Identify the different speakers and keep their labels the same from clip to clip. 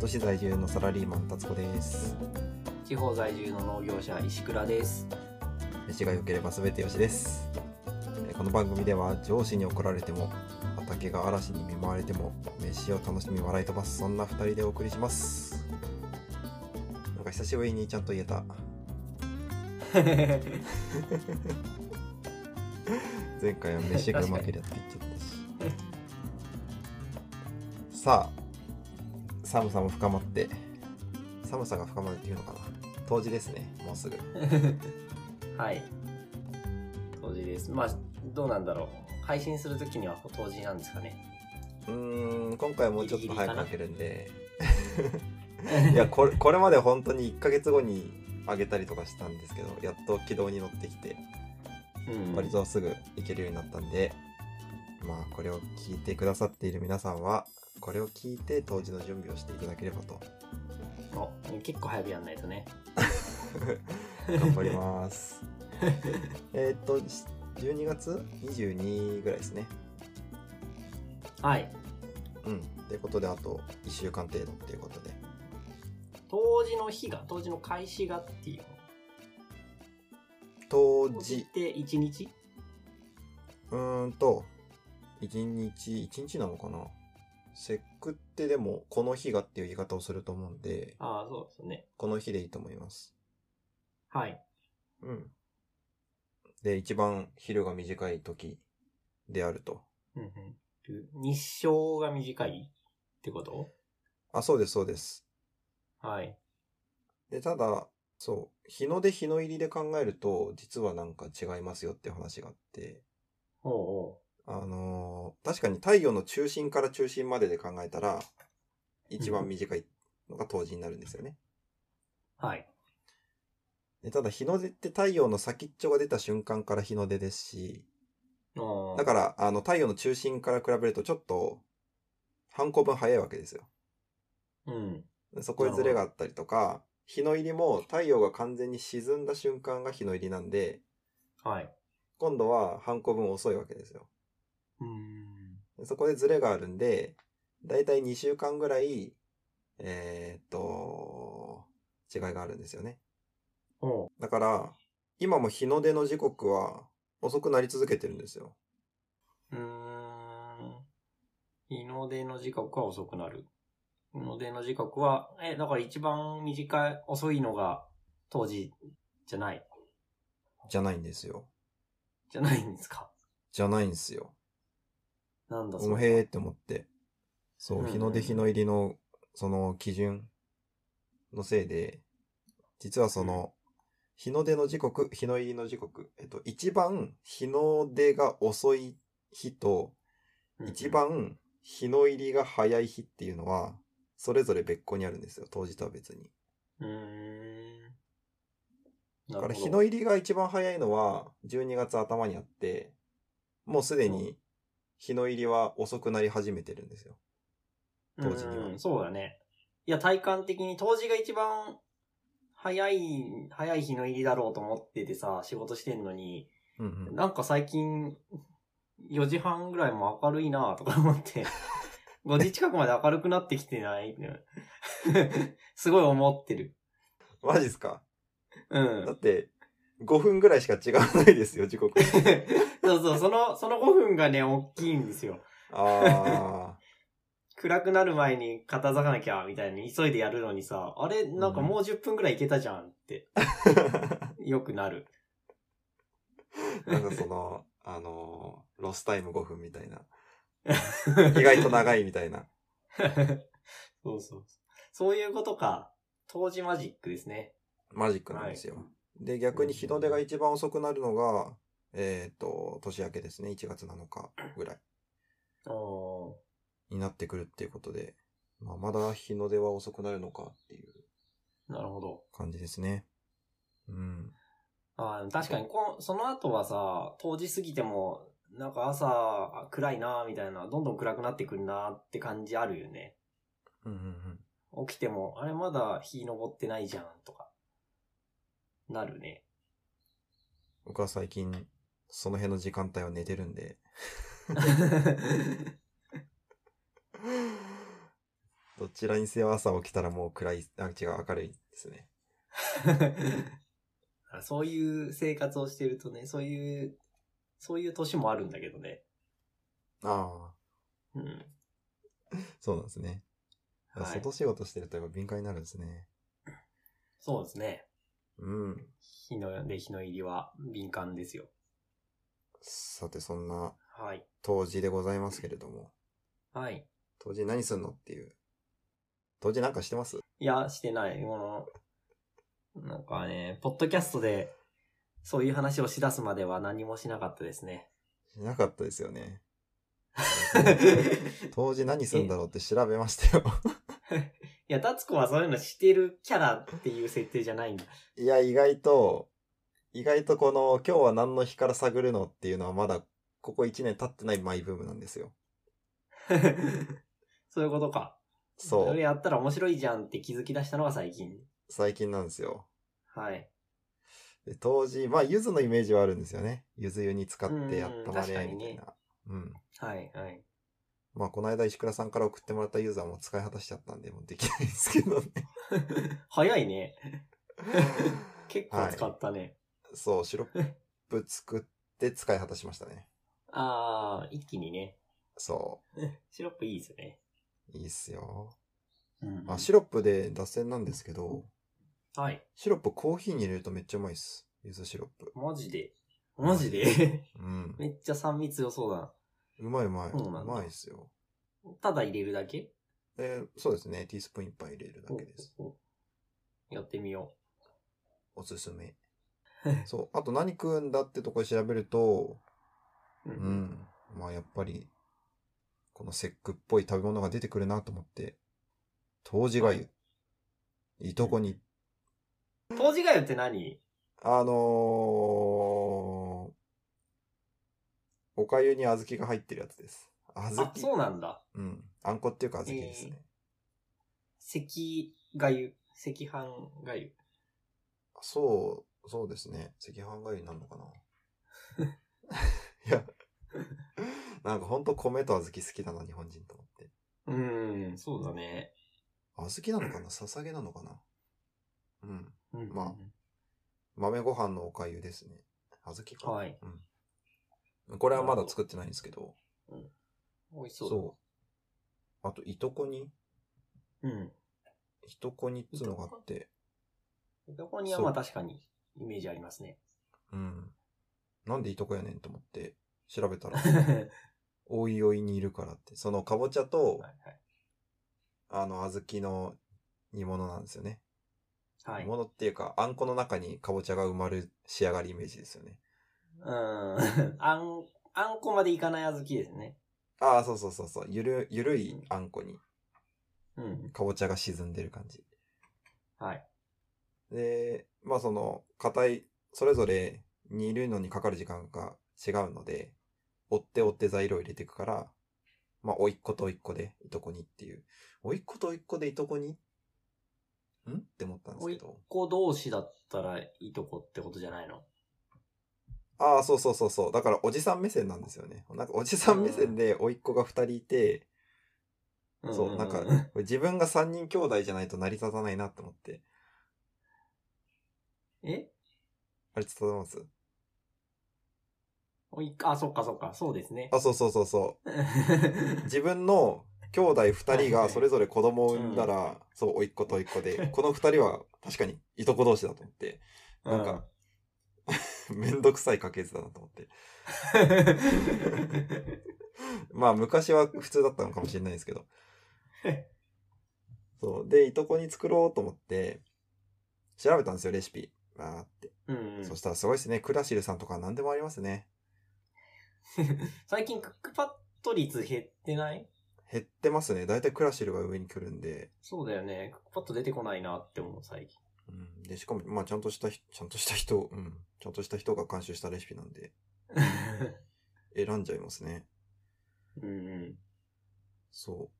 Speaker 1: 都市在住のサラリーマン達子です
Speaker 2: 地方在住の農業者石倉です。
Speaker 1: 飯が良ければ全てよしですえーこの番組では上司に怒られても畑が嵐に見舞われても飯を楽しみ笑い飛ばすそんな二人でお送りしますなんか久しぶりにちゃんと言えた前回は飯がうまけりゃって言っちゃったしさあ寒さも深まって寒さが深まるっていうのかな冬至ですねもうすぐ
Speaker 2: はい。当時です。まあ、どうなんだろう。配信するときには当時なんですかね。
Speaker 1: うーん今回もうちょっと早く
Speaker 2: ギリギリかな
Speaker 1: 開けるんで いやこれこれまで本当に1ヶ月後に上げたりとかしたんですけどやっと軌道に乗ってきて
Speaker 2: うん。
Speaker 1: 割とすぐ行けるようになったんで、まあこれを聞いてくださっている皆さんはこれを聞いて当時の準備をしていただければと
Speaker 2: お結構早くやんないとね。
Speaker 1: 頑張り ますえーっとし12月22ぐらいですね
Speaker 2: はい。
Speaker 1: うんということであと1週間程度っていうことで
Speaker 2: 当時の日が、当時の開始がっていう。
Speaker 1: 当
Speaker 2: 当時
Speaker 1: 時
Speaker 2: って1日
Speaker 1: うーんと、一日、一日なのかな節句ってでも、この日がっていう言い方をすると思うんで、
Speaker 2: ああ、そうですよね。
Speaker 1: この日でいいと思います。
Speaker 2: はい。
Speaker 1: うん。で、一番昼が短い時であると。
Speaker 2: うんうん、日照が短いってこと
Speaker 1: あ、そうです、そうです。
Speaker 2: はい。
Speaker 1: で、ただ、そう、日の出日の入りで考えると、実はなんか違いますよっていう話があって、
Speaker 2: おうお
Speaker 1: あのー確かに太陽の中心から中心までで考えたら、一番短いのが冬至になるんですよね。
Speaker 2: う。はい。
Speaker 1: でただ日の出って太陽の先っちょが出た瞬間から日の出ですし、
Speaker 2: おー
Speaker 1: だからあの太陽の中心から比べるとちょっと半個分早いわけですよ。
Speaker 2: うん。
Speaker 1: そこへズレがあったりとか、日の入りも太陽が完全に沈んだ瞬間が日の入りなんで、
Speaker 2: はい。
Speaker 1: 今度は半個分遅いわけですよ。
Speaker 2: うーん。
Speaker 1: そこでズレがあるんで、だいたい2週間ぐらい、えーっと、違いがあるんですよね。
Speaker 2: おう
Speaker 1: だから、今も日の出の時刻は遅くなり続けてるんですよ。
Speaker 2: うーん。日の出の時刻は遅くなる。日の出の時刻は、え、だから一番短い、遅いのが当時じゃない。
Speaker 1: じゃないんですよ。
Speaker 2: じゃないんですか。
Speaker 1: じゃないんですよ。
Speaker 2: なんだ
Speaker 1: お
Speaker 2: そ
Speaker 1: も
Speaker 2: の
Speaker 1: へーって思って。そ
Speaker 2: うん
Speaker 1: う、
Speaker 2: うん
Speaker 1: 日の出日の入りの、その基準のせいで、実はその、日の出の時刻、日の入りの時刻、えっと、一番日の出が遅い日と、一。番日の入りが早い日っていうのは、それぞれ別個にあるんですよ、当時とは別に。
Speaker 2: うんうん。うーん。
Speaker 1: だから
Speaker 2: なるほ
Speaker 1: 日
Speaker 2: ど
Speaker 1: の入りが一番早いのは12月頭にあって、もうすでに日の入りは遅くなり始めてるんですよ。当時には
Speaker 2: うん、そうだね。いや、体感的に当時が一番早い、早い日の入りだろうと思っててさ、仕事してんのに、
Speaker 1: うんうん
Speaker 2: なんか最近、4時半ぐらいも明るいなとか思って、5時近くまで明るくなってきてない。 すごい思ってる。
Speaker 1: マジっすか
Speaker 2: う
Speaker 1: だっ
Speaker 2: ん。
Speaker 1: て、5分ぐらいしか違わないですよ、時刻。
Speaker 2: そうそう、その、その5分がね、大きいんですよ。
Speaker 1: ああ。
Speaker 2: 暗くなる前に片付かなきゃ、みたいに急いでやるのにさ、あれ、なんかもう10分ぐらいいけたじゃんって、よくなる。
Speaker 1: なんかその、あのーロスタイム5分みたいな。意外と長いみたいな。
Speaker 2: そうそう。そういうことか。当時マジックですね。
Speaker 1: マジックなんですよ。で、逆に日の出が一番遅くなるのが、えっ、と、年明けですね、1月7日ぐらい
Speaker 2: おー
Speaker 1: になってくるっていうことで、まあ、まだ日の出は遅くなるのかっていう
Speaker 2: なるほど。
Speaker 1: 感じですね。うん。
Speaker 2: あー確かにこの、その後はさ、当時過ぎても、なんか朝あ暗いなーみたいな、どんどん暗くなってくるなーって感じあるよね。
Speaker 1: うんうんうん。
Speaker 2: 起きても、あれまだ日昇ってないじゃんとか、なるね。
Speaker 1: 僕は最近、その辺の時間帯は寝てるんで、 どちらにせよ朝起きたらもう暗い、あ、違う、明るいですね。
Speaker 2: あそういう生活をしてるとね、そういう、そういう年もあるんだけどね。
Speaker 1: あ
Speaker 2: うん。
Speaker 1: あ、そうなんですね。
Speaker 2: はい
Speaker 1: 外仕事してるとやっぱ敏感になるんですね。
Speaker 2: そうですね。
Speaker 1: うん。
Speaker 2: 日の出、日の入りは敏感ですよ。
Speaker 1: さて、そんな
Speaker 2: はい。
Speaker 1: 当時でございますけれども、
Speaker 2: はい。
Speaker 1: 当時何すんのっていう。当時なんかしてます
Speaker 2: いや、してない。この、なんかね、ポッドキャストで、そういう話をしだすまでは何もしなかったですね。
Speaker 1: しなかったですよ ね。当時何すんだろうって調べましたよ。
Speaker 2: いや、タツコはそういうのしてるキャラっていう設定じゃないんだ。
Speaker 1: いや、意外と、意外とこの今日は何の日から探るのっていうのはまだここ1年経ってないマイブームなんですよ。
Speaker 2: そういうことか。
Speaker 1: そ
Speaker 2: それ
Speaker 1: う。
Speaker 2: やったら面白いじゃんって気づき出したのが最近。
Speaker 1: 最近なんですよ。
Speaker 2: はい。
Speaker 1: で当時、まあ、ゆずのイメージはあるんですよね。ゆず湯に使ってやったま
Speaker 2: うん確か
Speaker 1: ね、
Speaker 2: に
Speaker 1: みた
Speaker 2: ね
Speaker 1: いな。うん。
Speaker 2: はい、はい。
Speaker 1: まあ、この間石倉さんから送ってもらったユーザーも使い果たしちゃったんで、もうできないんですけどね。
Speaker 2: 早いね。 結構使
Speaker 1: は
Speaker 2: ったね。
Speaker 1: い、そう、シロップ作って使い果たしましたね。
Speaker 2: ああ、一気にね。
Speaker 1: そ
Speaker 2: シロップいいですね。
Speaker 1: う。いいっすよ。
Speaker 2: うん
Speaker 1: あ、シロップで脱線なんですけど、
Speaker 2: はい。
Speaker 1: シロップコーヒーに入れるとめっちゃうまいっす。ユズシロップ。
Speaker 2: マジで。マジで
Speaker 1: うん。
Speaker 2: めっちゃ酸味強そうだな。
Speaker 1: うまいうまい。
Speaker 2: そう
Speaker 1: う
Speaker 2: なんだ
Speaker 1: まいっすよ。
Speaker 2: ただ入れるだけ
Speaker 1: えーそうですね。ティースプーン一杯入れるだけです。
Speaker 2: おおやってみよ
Speaker 1: おすすめ。そう。あと何食うんだってとこで調べると、
Speaker 2: う。う
Speaker 1: う。ん。まあやっぱり、この節句っぽい食べ物が出てくるなと思って、当時がゆ、いとこに、
Speaker 2: 当時がよって何
Speaker 1: あのー、おかゆに小豆が入ってるやつです。小
Speaker 2: あ
Speaker 1: 豆、
Speaker 2: そうなんだ。
Speaker 1: うん。あんこっていうか小豆ですね。
Speaker 2: 赤がゆ、赤飯がゆ。
Speaker 1: そう、そうですね。赤飯がゆになるのかないや、なんかほんと米と小豆好きだな、日本人と思って。
Speaker 2: うん、そうだね。
Speaker 1: 小豆なのかなささげなのかなうん。
Speaker 2: うん
Speaker 1: まあ豆ご飯のおかゆですね。小豆か。
Speaker 2: はい。
Speaker 1: うん。これはまだ作ってないんですけど。
Speaker 2: 美味しそ
Speaker 1: そうう
Speaker 2: だ。
Speaker 1: あと、いとこに
Speaker 2: うん。
Speaker 1: いとこにっつうのがあって。
Speaker 2: どこにはまあ確かにイメージありま すね。、
Speaker 1: うん。なんでいとこやねんと思って調べたら
Speaker 2: はい
Speaker 1: おいおいにいるからって。そのかぼちゃと、
Speaker 2: はい
Speaker 1: あの、小豆の煮物なんですよね。
Speaker 2: はい。
Speaker 1: 煮物っていうか、あんこの中にかぼちゃが埋まる仕上がりイメージですよね。
Speaker 2: うん。あん、あんこまでいかない小豆ですね。
Speaker 1: ああ、そうそうそうそう。ゆる、ゆるいあんこに
Speaker 2: うん。
Speaker 1: かぼちゃが沈んでる感じ。
Speaker 2: はい。
Speaker 1: で、まあその、硬い、それぞれ煮るのにかかる時間が違うので、追って追って材料を入れていくから、まあ、おいっことおいっこで、いとこにっていう。おいっことおいっこでいとこにんって思ったんですけど。
Speaker 2: 子同士だったらいいとこってことじゃないの
Speaker 1: ああ、そうそうそうそう。だから、おじさん目線なんですよね。なんか、おじさん目線で、おいっ子が二人いて、そう、なんか、これ自分が三人兄弟じゃないと成り立たないなって思って。
Speaker 2: え
Speaker 1: あれ、伝わってます
Speaker 2: おいあ、そっかそっか、そうですね。
Speaker 1: あ、そうそうそうそう。自分の兄弟二人がそれぞれ子供を産んだら、そう、甥っ子と甥っ子 で、この二人は確かにいとこ同士だと思って、なんか、めんどくさい家系図だなと思って。まあ、昔は普通だったのかもしれないですけ ど。そう。で、いとこに作ろうと思って、調べたんですよ、レシピ。わーって。
Speaker 2: うん、うんうん
Speaker 1: そしたらすごいですね。クラシルさんとか何でもありますね。
Speaker 2: 最近クックパッド率減ってない
Speaker 1: 減ってますね。だいたいクラシルが上に来るんで。
Speaker 2: そうだよね。クックパッド出てこないなって思う、最近。
Speaker 1: うん、で、しかも、まあ、ちゃんとしたひ、 ちゃんとした人、うん、ちゃんとした人が監修したレシピなんで、選んじゃいますね。
Speaker 2: うんうん。
Speaker 1: そ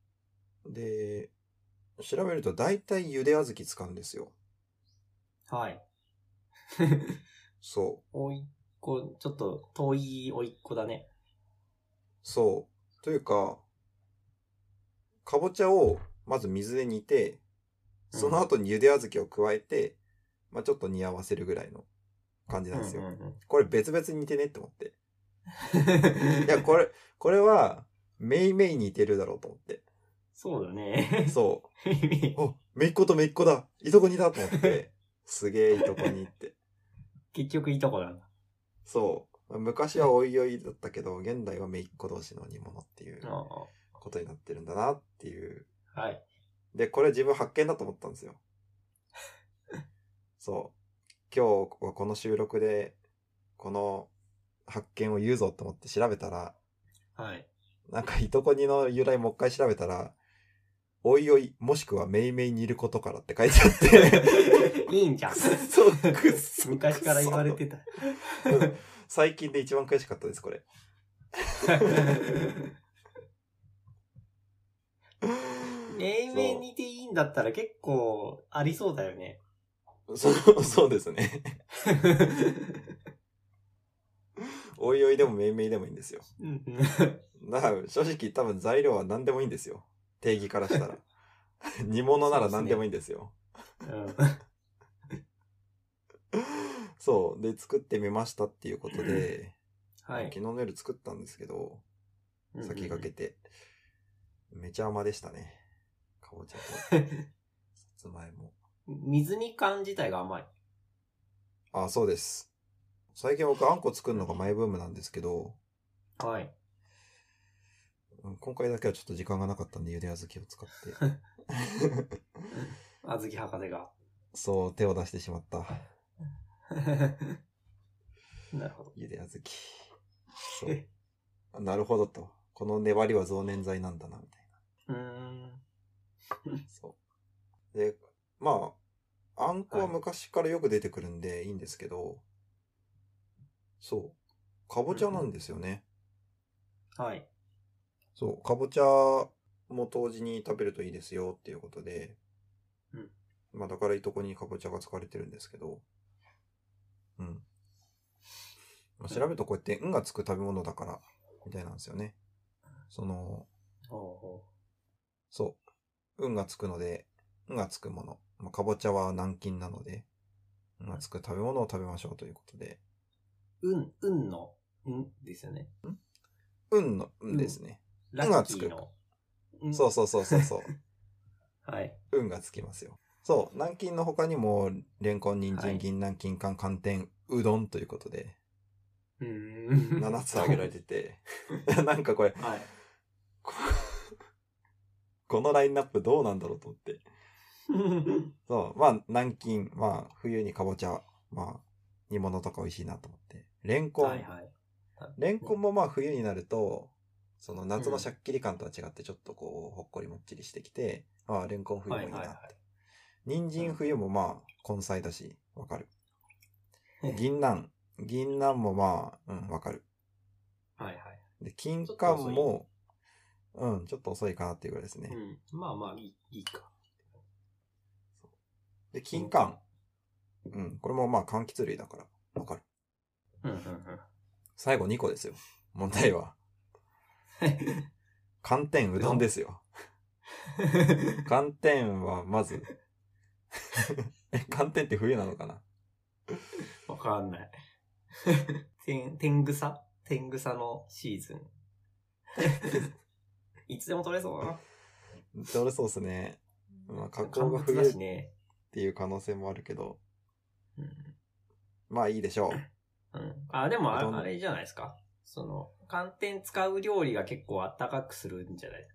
Speaker 1: う。で、調べると大体茹で小豆使うんですよ。
Speaker 2: はい。
Speaker 1: そ
Speaker 2: おいっ子、ちょっと遠いおいっ子だね。
Speaker 1: う。そう。というか、かぼちゃをまず水で煮て、その後に茹で小豆を加えて、まあちょっと煮合わせるぐらいの感じなんですよ。
Speaker 2: うんうん
Speaker 1: これ別々に似てねって思って。
Speaker 2: うん
Speaker 1: いや、これ、これは、めいめい似てるだろうと思って。
Speaker 2: そうだね。
Speaker 1: そ
Speaker 2: 結
Speaker 1: う。お、めいっ子とめいっ子だいとこにだと思って。すげえいとこにって。
Speaker 2: 局いいとこだな。
Speaker 1: そう。まあ昔はおいおいだったけど、現代はめいっ子同士の煮物っていう
Speaker 2: あ
Speaker 1: ことになってるんだなっていう。
Speaker 2: あはい。
Speaker 1: で、これ自分発見だと思ったんですよ。そう。今日はこの収録で、この発見を言うぞと思って調べたら、
Speaker 2: はい。
Speaker 1: なんか、いとこにの由来もう一回調べたら、おいおい、もしくはめいめいにいることからって書いてあ って。
Speaker 2: いいんじゃん
Speaker 1: く。っそ、くっそ。
Speaker 2: 昔から言われてた。
Speaker 1: くっそ。うん最近で一番悔しかったです、これ。
Speaker 2: 英名似ていいんだったら結構ありそうだよね。
Speaker 1: そうそうそうですね。おいおいでもめいめいでもいいんですよ。
Speaker 2: うん うん
Speaker 1: だから、正直多分材料は何でもいいんですよ。定義から したら。煮物なら何でもいいんですよ。そう。で、作ってみましたっていうことで、
Speaker 2: は
Speaker 1: 昨
Speaker 2: い
Speaker 1: 日。の夜作ったんですけど、先駆け
Speaker 2: け。
Speaker 1: て、めちゃ甘でしたね。かぼち ゃと、さつまいも。
Speaker 2: 水煮缶自体が甘い。
Speaker 1: あ、そうです。最近僕、あんこ作るのがマイブームなんですけど、
Speaker 2: はい。
Speaker 1: うん今回だけはちょっと時間がなかったんで、ゆで小豆を使って、
Speaker 2: あずき博士が。
Speaker 1: そう、手を出してしまった。
Speaker 2: なるほど。
Speaker 1: ゆで小豆。そう。なるほどと。この粘りは増粘剤なんだな、みたいう
Speaker 2: ーん。
Speaker 1: な。そう。で、まあ、あんこは昔からよく出てくるんでいいんですけど、そう。かぼちゃなんですよね。
Speaker 2: はい。
Speaker 1: そう、かぼちゃも当時に食べるといいですよっていうことで、
Speaker 2: うん
Speaker 1: まあだからいとこにかぼちゃが使われてるんですけど、うん。まあ、調べるとこうやって、運がつく食べ物だから、みたいなんですよね。その、
Speaker 2: ほうほ
Speaker 1: そう、運がつくので、運がつくもの。まあ、かぼちゃは軟禁なので、運がつく食べ物を食べましょうということで、
Speaker 2: う。うん、うんの、うんですよね。
Speaker 1: 運の、運ですね。
Speaker 2: ラッキーの。うん
Speaker 1: そうそうそうそうそう。
Speaker 2: はい。
Speaker 1: 運がつきますよ。そう、南京の他にも、レンコン、人
Speaker 2: は
Speaker 1: 参、
Speaker 2: い
Speaker 1: 銀南京缶、寒天、うどんということで、
Speaker 2: うーん。
Speaker 1: 7つ挙げられてて、 なんかこれ、
Speaker 2: はい。
Speaker 1: ここのラインナップどうなんだろうと思って。そう、まあ、南京、まあ、冬にかぼちゃ、まあ、煮物とか美味しいなと思って。レンコン、
Speaker 2: はいはい。
Speaker 1: レンコンもまあ、冬になると、その夏のシャッキリ感とは違って、ちょっとこう、ほっこりもっちりしてきて、ああ、レンコン冬も
Speaker 2: はいい
Speaker 1: いな
Speaker 2: は
Speaker 1: っ
Speaker 2: い
Speaker 1: て
Speaker 2: は。
Speaker 1: 人参冬もまあ、根菜だし、わかる
Speaker 2: ええ。
Speaker 1: 銀杏。銀杏もまあ、うん、わかる。
Speaker 2: い。はい
Speaker 1: で、金柑も、うん、ちょっと遅いかなっていうぐらいですね。
Speaker 2: はい。うん。まあまあ、いいいいか。
Speaker 1: で、金柑。うん、これもまあ、柑橘類だから、わかる。
Speaker 2: うんうんうん。
Speaker 1: 最後2個ですよ。問題は。寒天うどんですよ。寒天はま ず、え、寒天って冬なのかな
Speaker 2: わかん ない。天、天草天草のシー ズン。いつでも取れそうだな。
Speaker 1: 取れそうですね。まあ、加工
Speaker 2: 乾
Speaker 1: が
Speaker 2: 物
Speaker 1: 冬
Speaker 2: だ
Speaker 1: っ
Speaker 2: しね。
Speaker 1: ていう可能性もあるけど、
Speaker 2: うん。
Speaker 1: まあいいでしょう。
Speaker 2: うん、あ、でもあ
Speaker 1: うどん
Speaker 2: れあれじゃないですか。その、寒天使う料理が結構あったかくするんじゃない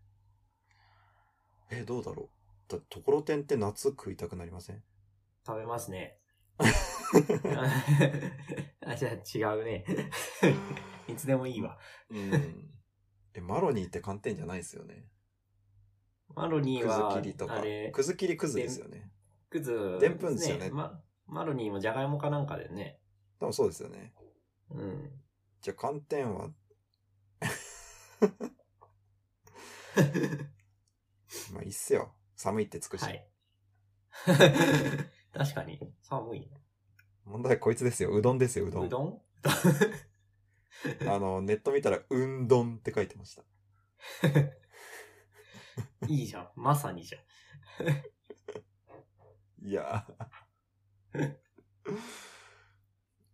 Speaker 1: え、どうだろう。だところてんって夏食いたくなりません
Speaker 2: 食べます ね。あ、じゃあ違 うね。いつでもいいわ。
Speaker 1: うん。 え、マロニーって寒天じゃないですよね。
Speaker 2: マロニー
Speaker 1: くず
Speaker 2: は
Speaker 1: 切りと、か
Speaker 2: あれ。、
Speaker 1: くず切りくずですよね。
Speaker 2: くず、
Speaker 1: でんぷんですよね
Speaker 2: ま、マロニーもじゃがいもかなんかだよね。
Speaker 1: 多分そうですよね。
Speaker 2: うん。
Speaker 1: じゃあ寒天は、まあいいっすよ。寒いってつくし。
Speaker 2: はい。 確かに、寒い。
Speaker 1: 問題はこいつですよ。うどんですよ、うどん。
Speaker 2: うどん
Speaker 1: あの、ネット見たら、うんどんって書いてました。
Speaker 2: いいじゃん。まさにじゃん。
Speaker 1: い やー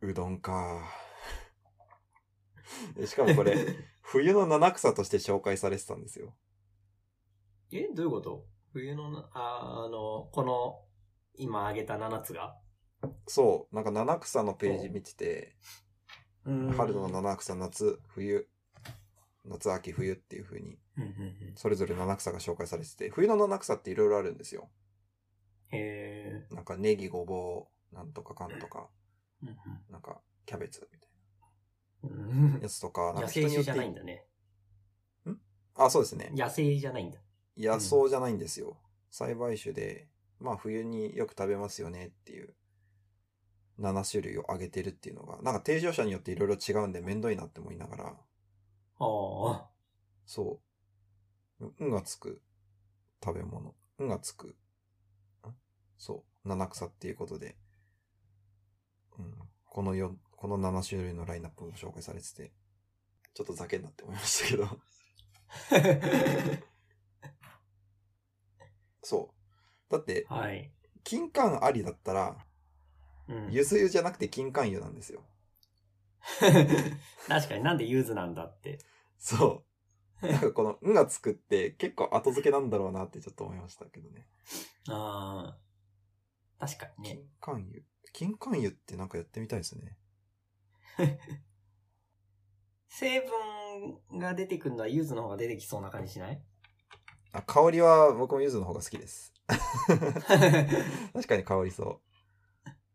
Speaker 1: うどんかーえしかもこれ、冬の七草として紹介されてたんですよ。
Speaker 2: え、どういうこと冬のな、ああの、この、今挙げた7つが
Speaker 1: そう、なんか七草のページ見てて、
Speaker 2: うん
Speaker 1: 春の七草、夏、冬、夏、秋、冬っていう風に、
Speaker 2: うんうんうん。
Speaker 1: それぞれ七草が紹介されてて、冬の七草っていろいろあるんですよ。
Speaker 2: へ
Speaker 1: なんかネギ、ごぼう、なんとかかんとか、
Speaker 2: ー
Speaker 1: なんかキャベツみたい
Speaker 2: うんうん
Speaker 1: なやつとか、なん
Speaker 2: 野
Speaker 1: か
Speaker 2: 生種
Speaker 1: っ
Speaker 2: じ
Speaker 1: て
Speaker 2: ゃないんだね。
Speaker 1: あ、そうですね。
Speaker 2: 野生じゃないんだ。
Speaker 1: 野草じゃないんですよ。栽培種で、まあ冬によく食べますよねっていう、7種類を挙げてるっていうのが、なんか提唱者によっていろいろ違うんでめんどいなって思いながら、
Speaker 2: あ あ。
Speaker 1: そう。うんがつく食べ物。うんがつく。んそう。七草っていうことで、うん。このよ、この7種類のラインナップも紹介されてて、ちょっとざけんなって思いましたけど。そう。だって、
Speaker 2: はい。
Speaker 1: 金柑ありだったら、
Speaker 2: うん、
Speaker 1: ゆず湯じゃなくて金柑湯なんですよ。
Speaker 2: 確かになんでユーズなんだって。
Speaker 1: そう。なんかこの、んがつくって結構後付けなんだろうなってちょっと思いましたけどね。
Speaker 2: ああ。確かにね
Speaker 1: 金。柑湯。金柑湯ってなんかやってみたいですね。
Speaker 2: 成分が出てくるのはユーズの方が出てきそうな感じし ない
Speaker 1: あ、香りは僕も柚子の方が好きです。確かに香りそ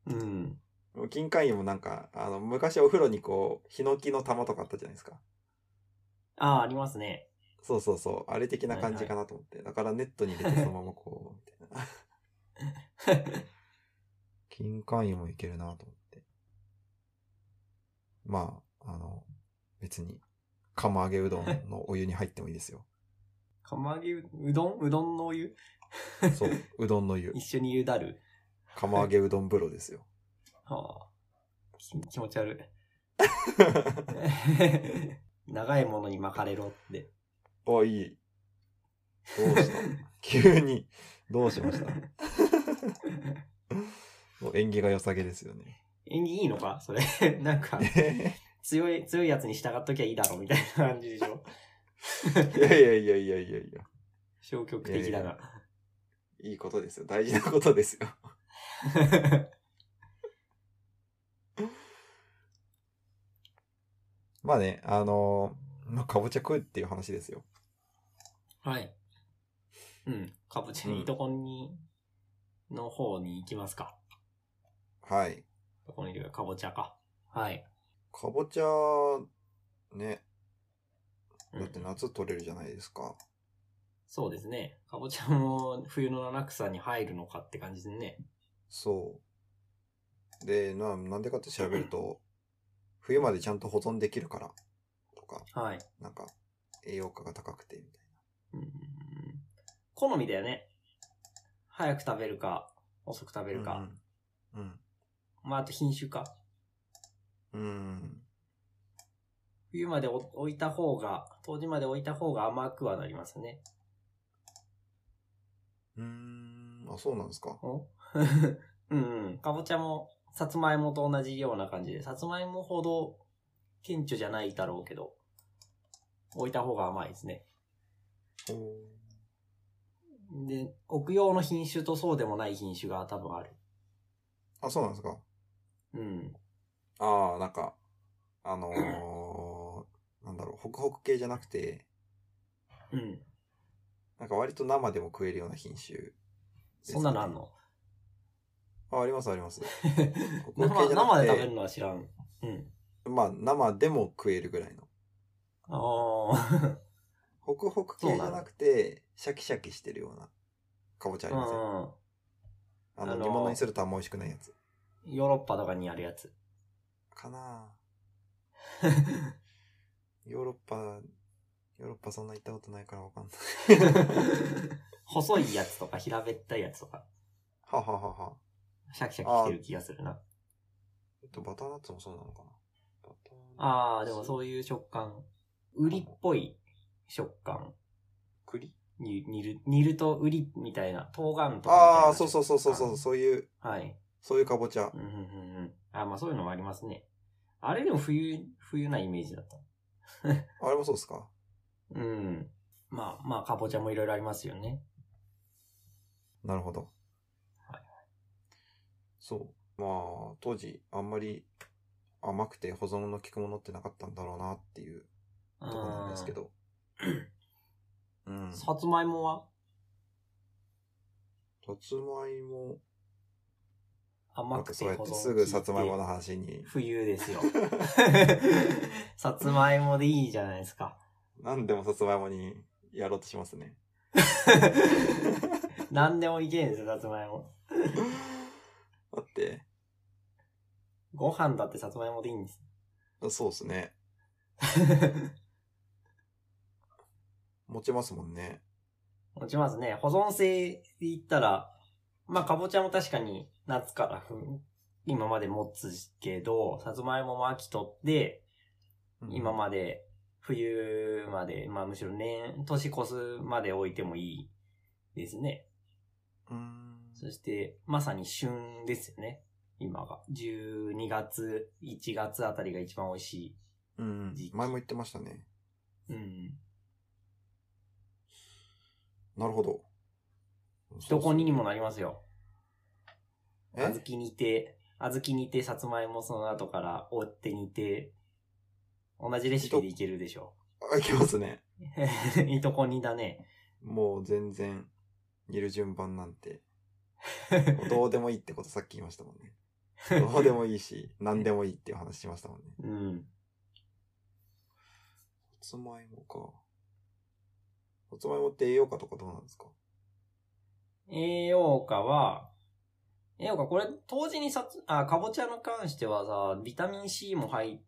Speaker 2: うん。
Speaker 1: う。もう金柑湯もなんか、あの、昔お風呂にこう、ヒノキの玉とかあったじゃないですか。
Speaker 2: ああ、ありますね。
Speaker 1: そうそうそう。あれ的な感じかなと思って。だからネットに入れてそのままこう、みたいな。金柑湯もいけるなと思って。まあ、あの、別に、釜揚げうどんのお湯に入ってもいいですよ。
Speaker 2: 釜揚げう、うどんうどんのお湯
Speaker 1: そう、うどんの湯。
Speaker 2: 一緒に湯だる。
Speaker 1: 釜揚げうどん風呂ですよ。
Speaker 2: はあ。き気持ち 悪い。長いものに巻かれろって。
Speaker 1: あ、いい。どうした急に、どうしましたもう縁起が良さげですよね。
Speaker 2: 演技いいのかそれ。 なんか、強い、強いやつに従っときゃいいだろ、みたいな感じでしょ。
Speaker 1: いやいやいやいやいやいや。
Speaker 2: 消極的だな。
Speaker 1: いいことですよ。大事なことですよ。 まあね、あのーまあ、かぼちゃ食うっていう話ですよ。
Speaker 2: はい。うん。かぼちゃ
Speaker 1: うん
Speaker 2: に、いとこに、の方に行きますか。
Speaker 1: はい。
Speaker 2: いとこにというか、かぼちゃか。はい。
Speaker 1: かぼちゃ、ね、
Speaker 2: うん
Speaker 1: だって夏取れるじゃないですか。
Speaker 2: そうですね。かぼちゃも冬の七草に入るのかって感じですね。
Speaker 1: そう。で、な、なんでかって調べると、冬までちゃんと保存できるから、とか、
Speaker 2: はい。
Speaker 1: なんか、栄養価が高くて、みたい
Speaker 2: うん好みだよね。早く食べるか、遅く食べる
Speaker 1: な。
Speaker 2: か。
Speaker 1: うんうん。
Speaker 2: まあ、あと品種か。
Speaker 1: うん。うん。
Speaker 2: 冬までお置いた方が、当時まで置いた方が甘くはなりますね。
Speaker 1: うーん。あ、そうなんですか。
Speaker 2: お うんうん。かぼちゃも、さつまいもと同じような感じで、さつまいもほど顕著じゃないだろうけど、置いた方が甘いですね。
Speaker 1: おー
Speaker 2: で、置く用の品種とそうでもない品種が多分ある。
Speaker 1: あ、そうなんですか。
Speaker 2: うん。
Speaker 1: ああ、なんか、あのー、なんだろう、ホクホク系じゃなくて、
Speaker 2: うん。
Speaker 1: なんか割と生でも食えるような品種、
Speaker 2: そんなのあんの
Speaker 1: あ、ありますあります。ホク
Speaker 2: 生
Speaker 1: ホク系じゃな
Speaker 2: 生
Speaker 1: く
Speaker 2: で
Speaker 1: て
Speaker 2: 食べるのは知らん。うん。
Speaker 1: まあ、生でも食えるぐらいの。
Speaker 2: ああ。
Speaker 1: ホクホク系じゃなくて、シャキシャキしてるような、かぼちゃありません。
Speaker 2: う
Speaker 1: あ
Speaker 2: あ
Speaker 1: の、
Speaker 2: のー
Speaker 1: 煮物にするとあんま美味しくないやつ。
Speaker 2: ん。ヨーロッパとかにあるやつ。
Speaker 1: かなぁヨーロッパ、ヨーロッパそんな行ったことないからわかんない。
Speaker 2: 細いやつとか平べったいやつとか、
Speaker 1: はははは。
Speaker 2: シャキシャキしてる気がするな。
Speaker 1: えっと、バターナッツもそうなのかなバターナッツ。
Speaker 2: ああ、でもそういう食感。ウリっぽい食感。
Speaker 1: 栗
Speaker 2: に煮る、煮ると売りみたいな、冬瓜とかみたいな。
Speaker 1: ああ、そうそうそうそうそう、そういう、
Speaker 2: う。はい。
Speaker 1: そういうかぼちゃ
Speaker 2: う。んうんうんうん。あまあそういうのもありますね。あれでも冬、冬なイメージだった。
Speaker 1: あれもそうですか
Speaker 2: うん。まあまあ、かぼちゃもいろいろありますよね。
Speaker 1: なるほど。
Speaker 2: はいはい
Speaker 1: そう。まあ、当時、あんまり甘くて保存の効くものってなかったんだろうなっていう
Speaker 2: う
Speaker 1: ところなんですけど。うん。さ
Speaker 2: さつまいもは
Speaker 1: つまいも、なん
Speaker 2: 甘
Speaker 1: か
Speaker 2: く
Speaker 1: そうや
Speaker 2: て
Speaker 1: っ
Speaker 2: 保存
Speaker 1: てすぐさつまいもの話に。
Speaker 2: 冬で すよ。さつまいもでいいじゃないですか。
Speaker 1: 何でもさつまいもにやろうとしますね。
Speaker 2: 何でもいけんですよ、さつまいも。
Speaker 1: だって、
Speaker 2: ご飯だってさつまいもでいいんです。
Speaker 1: そうですね。持ちますもんね。
Speaker 2: 落ちますね。保存性で言ったら、まあ、かぼちゃも確かに夏からふん今まで持つけど、さつまいもも秋取って、
Speaker 1: うん
Speaker 2: 今まで、冬まで、まあむしろ年、年越すまで置いてもいいですね。
Speaker 1: うん。
Speaker 2: そして、まさに旬ですよね。今が。12月、1月あたりが一番美味し
Speaker 1: うん
Speaker 2: 時期
Speaker 1: 前も言ってましたね。
Speaker 2: い。うん。
Speaker 1: なるほど。
Speaker 2: 人こににもなりますよ。
Speaker 1: え
Speaker 2: 小豆煮て、小豆煮て、さつまいもその後から追って煮て、同じレシピでいけるでしょ
Speaker 1: あ、いきますね。
Speaker 2: う。いとこ煮だね。
Speaker 1: もう全然、煮る順番なん て、もうどうでもいいってことさっき言いましたもんね。どうでもいい し、何でもいいっていう話しましたもんね。
Speaker 2: うん。
Speaker 1: さつまいもか。さつまいもって栄養価とかどうなんですか
Speaker 2: 栄養価は、栄養価、これ、当時にさつ、あ、かぼちゃに関してはさ、ビタミン C も入っ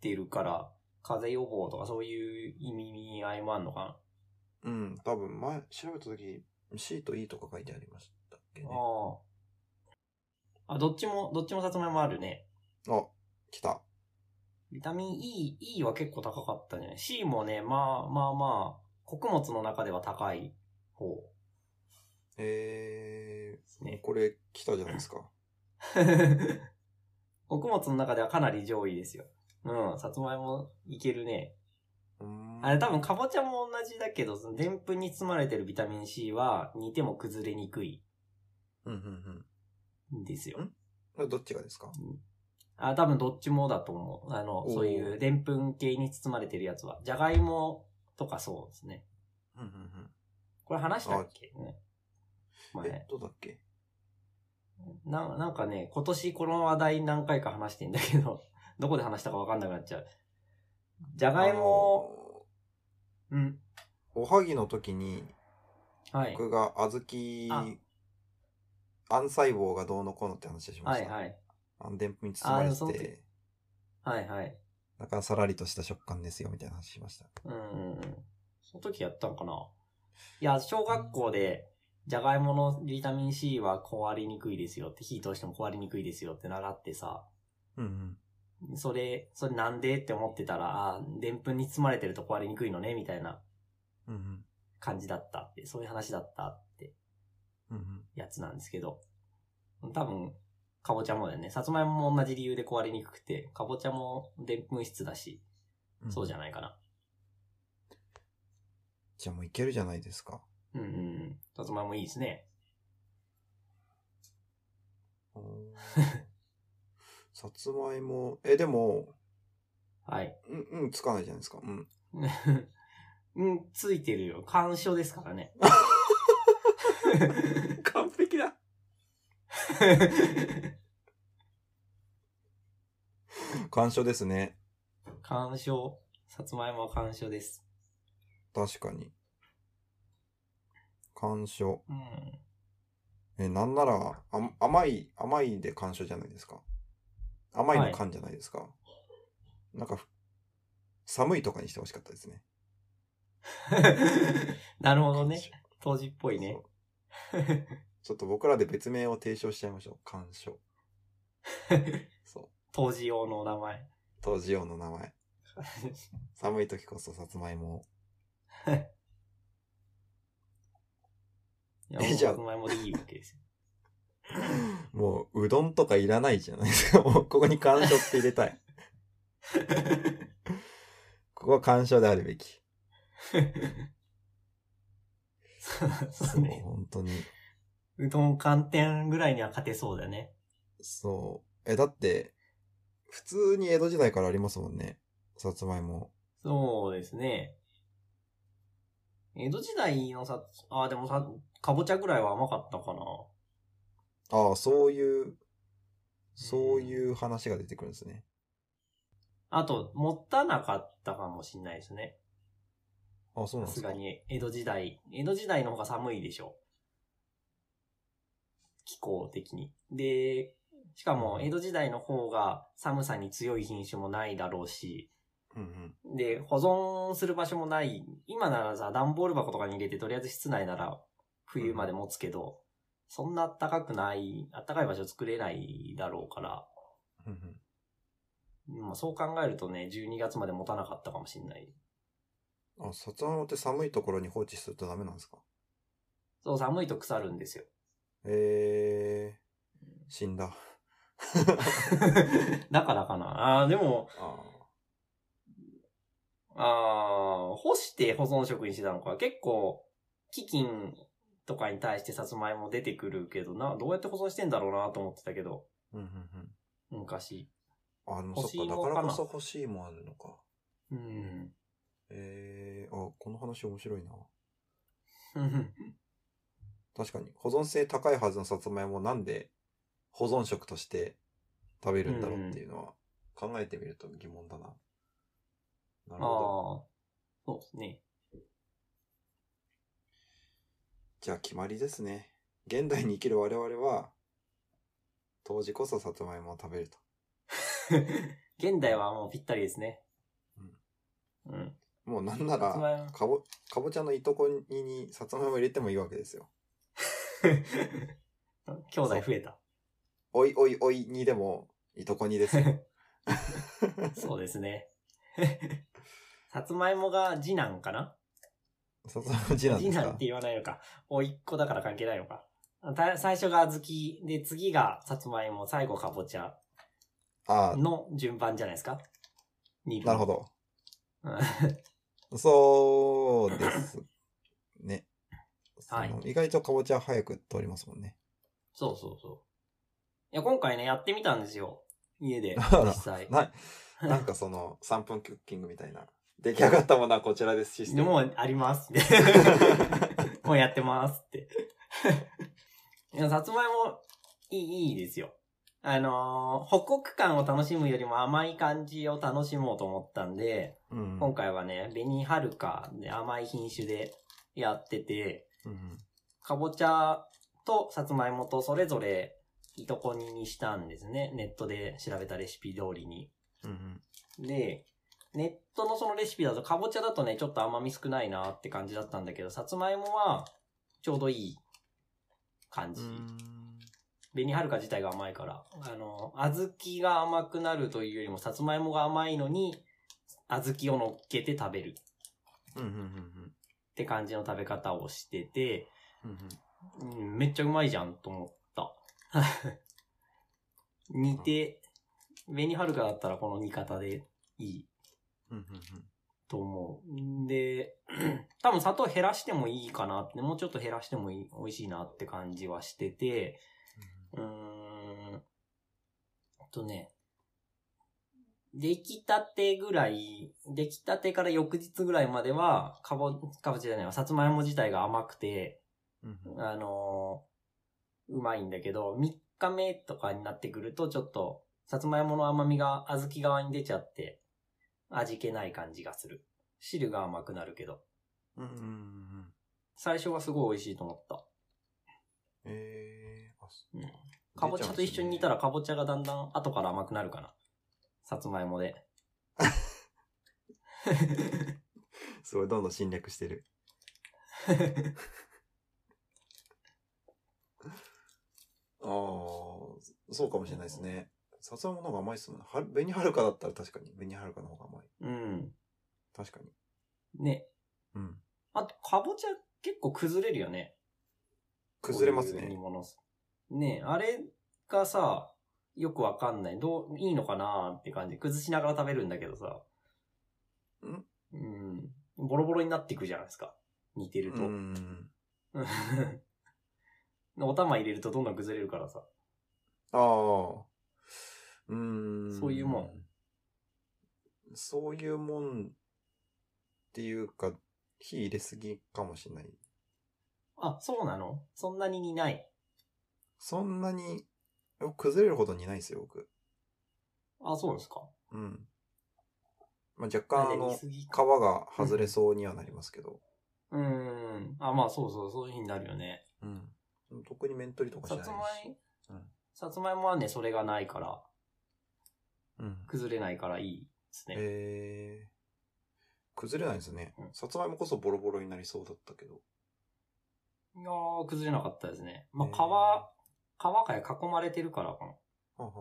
Speaker 2: てるから、風邪予防とかそういう意味合いもあんのか
Speaker 1: う
Speaker 2: な
Speaker 1: ん、多分前、調べたとき、C と E とか書いてありましたっけね。
Speaker 2: ああ。あ、どっちも、どっちもさつまいもあるね。
Speaker 1: あ、来た。
Speaker 2: ビタミン E、E は結構高かったんじゃない ?C もね、まあまあまあ、穀物の中では高い方で
Speaker 1: え
Speaker 2: す
Speaker 1: ー、
Speaker 2: ね。
Speaker 1: これ来たじゃないですか。
Speaker 2: 穀物の中ではかなり上位ですよ。うん、さつまいもいけるね。
Speaker 1: うーん
Speaker 2: あれ多分かぼちゃも同じだけど、そのでんぷんに包まれてるビタミン C は煮ても崩れにくい
Speaker 1: うんうん
Speaker 2: んですよ。
Speaker 1: うん。どっちがですか
Speaker 2: あ、多分どっちもだと思う。あの、
Speaker 1: おー
Speaker 2: そういうでんぷん系に包まれてるやつは。じゃがいもとかそうですね。
Speaker 1: うんうんうん。
Speaker 2: これ話したっけ、ね、
Speaker 1: え、どうだっけ
Speaker 2: ななんかね、今年この話題何回か話してんだけど、 どこで話したかわかんなくなっちゃう。じゃ
Speaker 1: じ
Speaker 2: がいも、うん、
Speaker 1: おはぎの時に、
Speaker 2: はい。
Speaker 1: 僕が小豆、あん細胞がどうのこうのって話をしま
Speaker 2: は
Speaker 1: し
Speaker 2: い
Speaker 1: た。
Speaker 2: はい。
Speaker 1: あんでんぷんに包ま
Speaker 2: あーその
Speaker 1: れて
Speaker 2: 時
Speaker 1: て、
Speaker 2: はいはい。
Speaker 1: だからさらりとした食感ですよ、みたいな話しました。
Speaker 2: うんうんうん。その時やったのかないや、小学校で、じゃがいものビタミン C は壊れにくいですよって、火通しても壊れにくいですよって習ってさ、
Speaker 1: うんうん。
Speaker 2: それ、それなんでって思ってたら、あーでんぷんに包まれてると壊れにくいのね、みたいな
Speaker 1: うんうん。
Speaker 2: 感じだったって、そういう話だったって
Speaker 1: うんうん。
Speaker 2: やつなんですけど、多分、かぼちゃもだよね。さつまいもも同じ理由で壊れにくくて、かぼちゃもでんぷん質だし、
Speaker 1: ん
Speaker 2: そうじゃないかな。
Speaker 1: じゃあもういけるじゃないです か。
Speaker 2: うんうんうん。さつまいもいいですね。
Speaker 1: おーさつまいも、え、でも、
Speaker 2: はい。
Speaker 1: うん、うん、つかないじゃないですか。うん。
Speaker 2: うん、ついてるよ。干渉ですからね。
Speaker 1: 完璧だ干渉ですね。
Speaker 2: 干渉。さつまいもは干渉です。
Speaker 1: 確かに。干渉。
Speaker 2: うん。
Speaker 1: え、なんなら、あ甘い、甘いで干渉じゃないですか。甘い
Speaker 2: は
Speaker 1: の
Speaker 2: い
Speaker 1: 缶じゃないですか。なんかふ、寒いとかにしてほしかったですね。
Speaker 2: なるほどね。当時っぽいね
Speaker 1: そ。う ちょっと僕らで別名を提唱しちゃいましょう。干 渉。そう。
Speaker 2: 当時用のお名前。
Speaker 1: 当時用の名前。寒い時こそさつまいもを。
Speaker 2: いや、
Speaker 1: え
Speaker 2: もう
Speaker 1: じゃあ
Speaker 2: さつまいもでいいわけですよ。
Speaker 1: もう、うどんとかいらないじゃないですか。もう、ここに干渉って入れたい。ここは干渉であるべき。
Speaker 2: そう
Speaker 1: そ
Speaker 2: そう
Speaker 1: う、
Speaker 2: ね。
Speaker 1: 本当に。
Speaker 2: うどん寒天ぐらいには勝てそうだね。
Speaker 1: そう。え、だって、普通に江戸時代からありますもんね。さつまいも。
Speaker 2: そうですね。江戸時代のさ、あ、でもさ、かぼちゃぐらいは甘かったかな。
Speaker 1: ああ、そういう、そういう話が出てくるんですね。
Speaker 2: あと、持ったなかったかもしんないですね。
Speaker 1: あそう
Speaker 2: さ
Speaker 1: なんですすか
Speaker 2: が。に江戸時代。江戸時代の方が寒いでしょ。気候的に。で、しかも江戸時代の方が寒さに強い品種もないだろうし、
Speaker 1: うんうん。
Speaker 2: で、保存する場所もない。今ならさ、段ボール箱とかに入れてとりあえず室内なら冬まで持つけど、そんな暖かくない、暖かい場所作れないだろうから、
Speaker 1: うんうん
Speaker 2: まあ、そう考えるとね、12月まで持たなかったかもしれない。
Speaker 1: あ、さつまいもって寒いところに放置するとダメなんですか
Speaker 2: そう、寒いと腐るんですよ。
Speaker 1: えー、死んだ。
Speaker 2: だからかな。ああー、でも、
Speaker 1: あ
Speaker 2: ああ、干して保存食にしてたのか。結構、基金とかに対してさつまいも出てくるけどな、どうやって保存してんだろうなと思ってたけど、
Speaker 1: ーうんうん
Speaker 2: 昔。
Speaker 1: うん。あ、でもそ
Speaker 2: 干し
Speaker 1: っか、
Speaker 2: 芋
Speaker 1: だ
Speaker 2: か
Speaker 1: か
Speaker 2: な
Speaker 1: らこそ欲しいもあるのか。
Speaker 2: うん。
Speaker 1: えー、あ、この話面白いな。確かに、保存性高いはずのさつまいもなんで保存食として食べるんだろうっていうのは考えてみると疑問だな。な
Speaker 2: ああー、
Speaker 1: るほど。
Speaker 2: そうですね。
Speaker 1: じゃあ決まりですね。現代に生きる我々は、当時こそさつまいもを食べると。
Speaker 2: 現代はもうぴったりですね。うん。
Speaker 1: もうなんな
Speaker 2: さつまい
Speaker 1: ら、
Speaker 2: も
Speaker 1: かぼ、かぼちゃのいとこににさつまいも入れてもいいわけですよ。
Speaker 2: 兄弟増えた。
Speaker 1: おいおいおいにでも、いとこにです よ。
Speaker 2: そうですね。 さつまいもが次男かな
Speaker 1: さつまいも次男で
Speaker 2: 次
Speaker 1: す
Speaker 2: 男
Speaker 1: か
Speaker 2: って言わないのか。甥いっ子だから関係ないのか。た最初が小豆、で、次がさつまいも、最後かぼちゃ
Speaker 1: あ
Speaker 2: の順番じゃないですか。
Speaker 1: あ、なるほ
Speaker 2: ど。
Speaker 1: ど。
Speaker 2: うん
Speaker 1: そうですね。
Speaker 2: はい
Speaker 1: その意外とかぼちゃ早く通りますもんね。
Speaker 2: そうそうそう。いや、今回ね、やってみたんですよ。家で、
Speaker 1: あら
Speaker 2: 実 際。
Speaker 1: な、なんかその3分クッキングみたいな。出来上がったものはこちらですシステ
Speaker 2: で
Speaker 1: ム。
Speaker 2: もうあ ります って。もうやってますって。 いや、さつまいも、いい、いいですよ。あのー、北国感を楽しむよりも甘い感じを楽しもうと思ったんで、
Speaker 1: うん、
Speaker 2: 今回はね、紅はるかで甘い品種でやってて、
Speaker 1: うん
Speaker 2: かぼちゃとさつまいもとそれぞれいとこににしたんですね。ネットで調べたレシピ通りに。
Speaker 1: うんうん
Speaker 2: で、ネットのそのレシピだと、かぼちゃだとね、ちょっと甘み少ないなって感じだったんだけど、さつまいもは、ちょうどいい感
Speaker 1: う
Speaker 2: じ。
Speaker 1: ん
Speaker 2: 紅はるか自体が甘いから、あの、小豆が甘くなるというよりも、さつまいもが甘いのに、小豆を乗っけて食べるっ
Speaker 1: うんうんうん
Speaker 2: て感じの食べ方をしてて、
Speaker 1: うんうん
Speaker 2: うん、めっちゃうまいじゃんと思った。 似て、紅はるかだったらこの煮方でいい
Speaker 1: うんうん
Speaker 2: と思う。んで、 多分砂糖減らしてもいいかなって、もうちょっと減らしてもいい美味しいなって感じはしてて、うーん、とね、出来たてぐらい、出来たてから翌日ぐらいまでは、かぼ、かぼちゃじゃないわ、さつまいも自体が甘くて、
Speaker 1: うんうん
Speaker 2: あのーうまいんだけど、3日目とかになってくると、ちょっと、さつまいもの甘みが小豆側に出ちゃって、味気ない感じがする。汁が甘くなるけど。
Speaker 1: うんうんうん
Speaker 2: 最初はすごい美味しいと思った。
Speaker 1: えーあそ
Speaker 2: うんかぼちゃと一緒に煮たらかぼちゃがだんだん後から甘くなるかな。さつまいもで。
Speaker 1: すごいどんどん侵略して る。ああ、そうかもしれないですね。さつまいもの方が甘いっすもんね。は紅はるかだったら確かに。紅はるかの方が甘い。
Speaker 2: うん。
Speaker 1: 確かに。
Speaker 2: ね。
Speaker 1: うん。
Speaker 2: あと、かぼちゃ結構崩れるよね。
Speaker 1: 崩れます
Speaker 2: こういう
Speaker 1: ね。
Speaker 2: 煮物すねえあれがさ、よくわかんない。どう、いいのかなって感じ。崩しながら食べるんだけどさ。
Speaker 1: ん
Speaker 2: うん。ボロボロになっていくじゃないですか。煮て
Speaker 1: う
Speaker 2: ると。
Speaker 1: ん。
Speaker 2: お玉入れるとどんどん崩れるからさ。
Speaker 1: ああ。うーん。
Speaker 2: そういうもん。
Speaker 1: そういうもんっていうか、火入れすぎかもしれない。
Speaker 2: あ、そうなのそんなに煮ない。
Speaker 1: そんなに、崩れるほどにないですよ、僕。
Speaker 2: あ、そうですか。
Speaker 1: うん。まあ、若干、あ
Speaker 2: 煮
Speaker 1: の、
Speaker 2: すぎ
Speaker 1: 皮が外れそうにはなりますけど。
Speaker 2: うーん。あ、まあそうそう、そういう風になるよね。
Speaker 1: うん。特に面取りとかし
Speaker 2: さ
Speaker 1: ない
Speaker 2: つ
Speaker 1: し。
Speaker 2: まい
Speaker 1: うん、
Speaker 2: さつまいもはね、それがないから、
Speaker 1: うん。
Speaker 2: 崩れないからいいですね。
Speaker 1: えー、崩れないんですね
Speaker 2: うん。
Speaker 1: さつまいもこそボロボロになりそうだったけど。
Speaker 2: いやー、崩れなかったですね。まあ、
Speaker 1: えー
Speaker 2: 皮、皮が囲まれてるからか
Speaker 1: はあ、は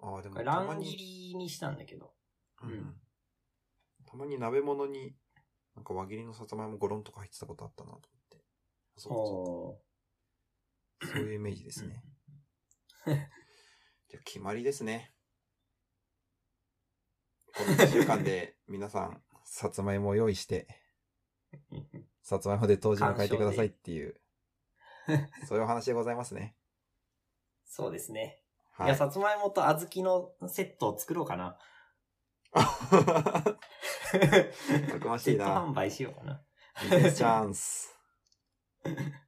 Speaker 1: あはあ、ああ、でも
Speaker 2: な。
Speaker 1: たま
Speaker 2: 乱
Speaker 1: に。
Speaker 2: 切りにしたんだけど。うん
Speaker 1: たまに鍋物に、なんか輪切りのさつまいもゴロンとか入ってたことあったなと思って。そう
Speaker 2: お
Speaker 1: かそうかそういうイメージですね。じゃあ決まりですね。この1週間 で皆さん、さつまいもを用意 して、
Speaker 2: ー。
Speaker 1: さつまいもで当時を変えてくださいっていう、そういうお話でございますね。
Speaker 2: そうですね。い、
Speaker 1: はい
Speaker 2: や、。さつまいもと小豆のセットを作ろうかな。
Speaker 1: たくまし
Speaker 2: セ
Speaker 1: い
Speaker 2: ット販
Speaker 1: な。
Speaker 2: 売しようかな。
Speaker 1: ビジネスチャン ス。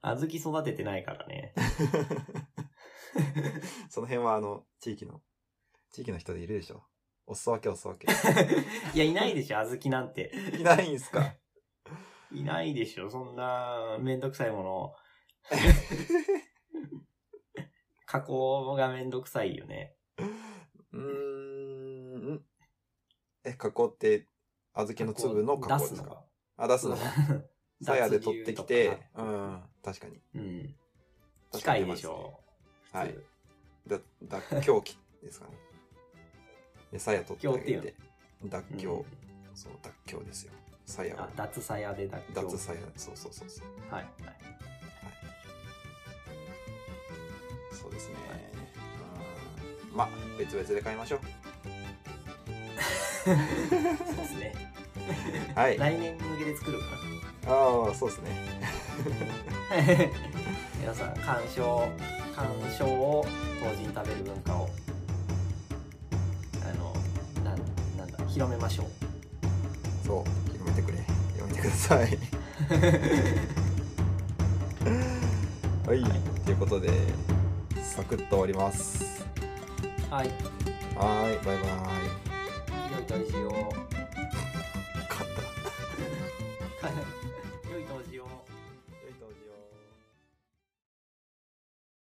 Speaker 2: 小豆育ててないからね。
Speaker 1: その辺はあの、地域の、地域の人でいるでしょ。おすそ分けおすそ分
Speaker 2: いや、いないでしょ、小豆なんて。
Speaker 1: け。いないんすか
Speaker 2: いないでしょ、そんな、めんどくさいもの を。加工がめんどくさいよね。
Speaker 1: うーん。え、加工って、小豆の粒の加工ですかあ、出すのか。さやで取ってきて、うん、確かに。
Speaker 2: うん。機
Speaker 1: 確かに
Speaker 2: 械
Speaker 1: 出ま
Speaker 2: ですし
Speaker 1: ね
Speaker 2: ょ。
Speaker 1: はい。だ、脱臼機ですかね。で、さや取ってあげ
Speaker 2: 脱臼って
Speaker 1: て、脱臼、
Speaker 2: 普通
Speaker 1: そう、脱臼ですよ。さ
Speaker 2: うん
Speaker 1: や
Speaker 2: あ
Speaker 1: を、
Speaker 2: 脱さやで脱臼。
Speaker 1: 脱さや、そうそうそうそう。
Speaker 2: はい。はい
Speaker 1: そうですね。うんまあ、別々で買いましょう。
Speaker 2: そうですね。
Speaker 1: はい。あ
Speaker 2: 来年向けで作るか
Speaker 1: あ、そうですね。
Speaker 2: な。 皆さん、鑑賞、鑑賞を当時に食べる文化を、あの、なんなんだ、広めましょう。
Speaker 1: そう、広めてくれ。広めてください。はい、ということで、サクッと終わります。
Speaker 2: はい。
Speaker 1: はーい、バイバイ。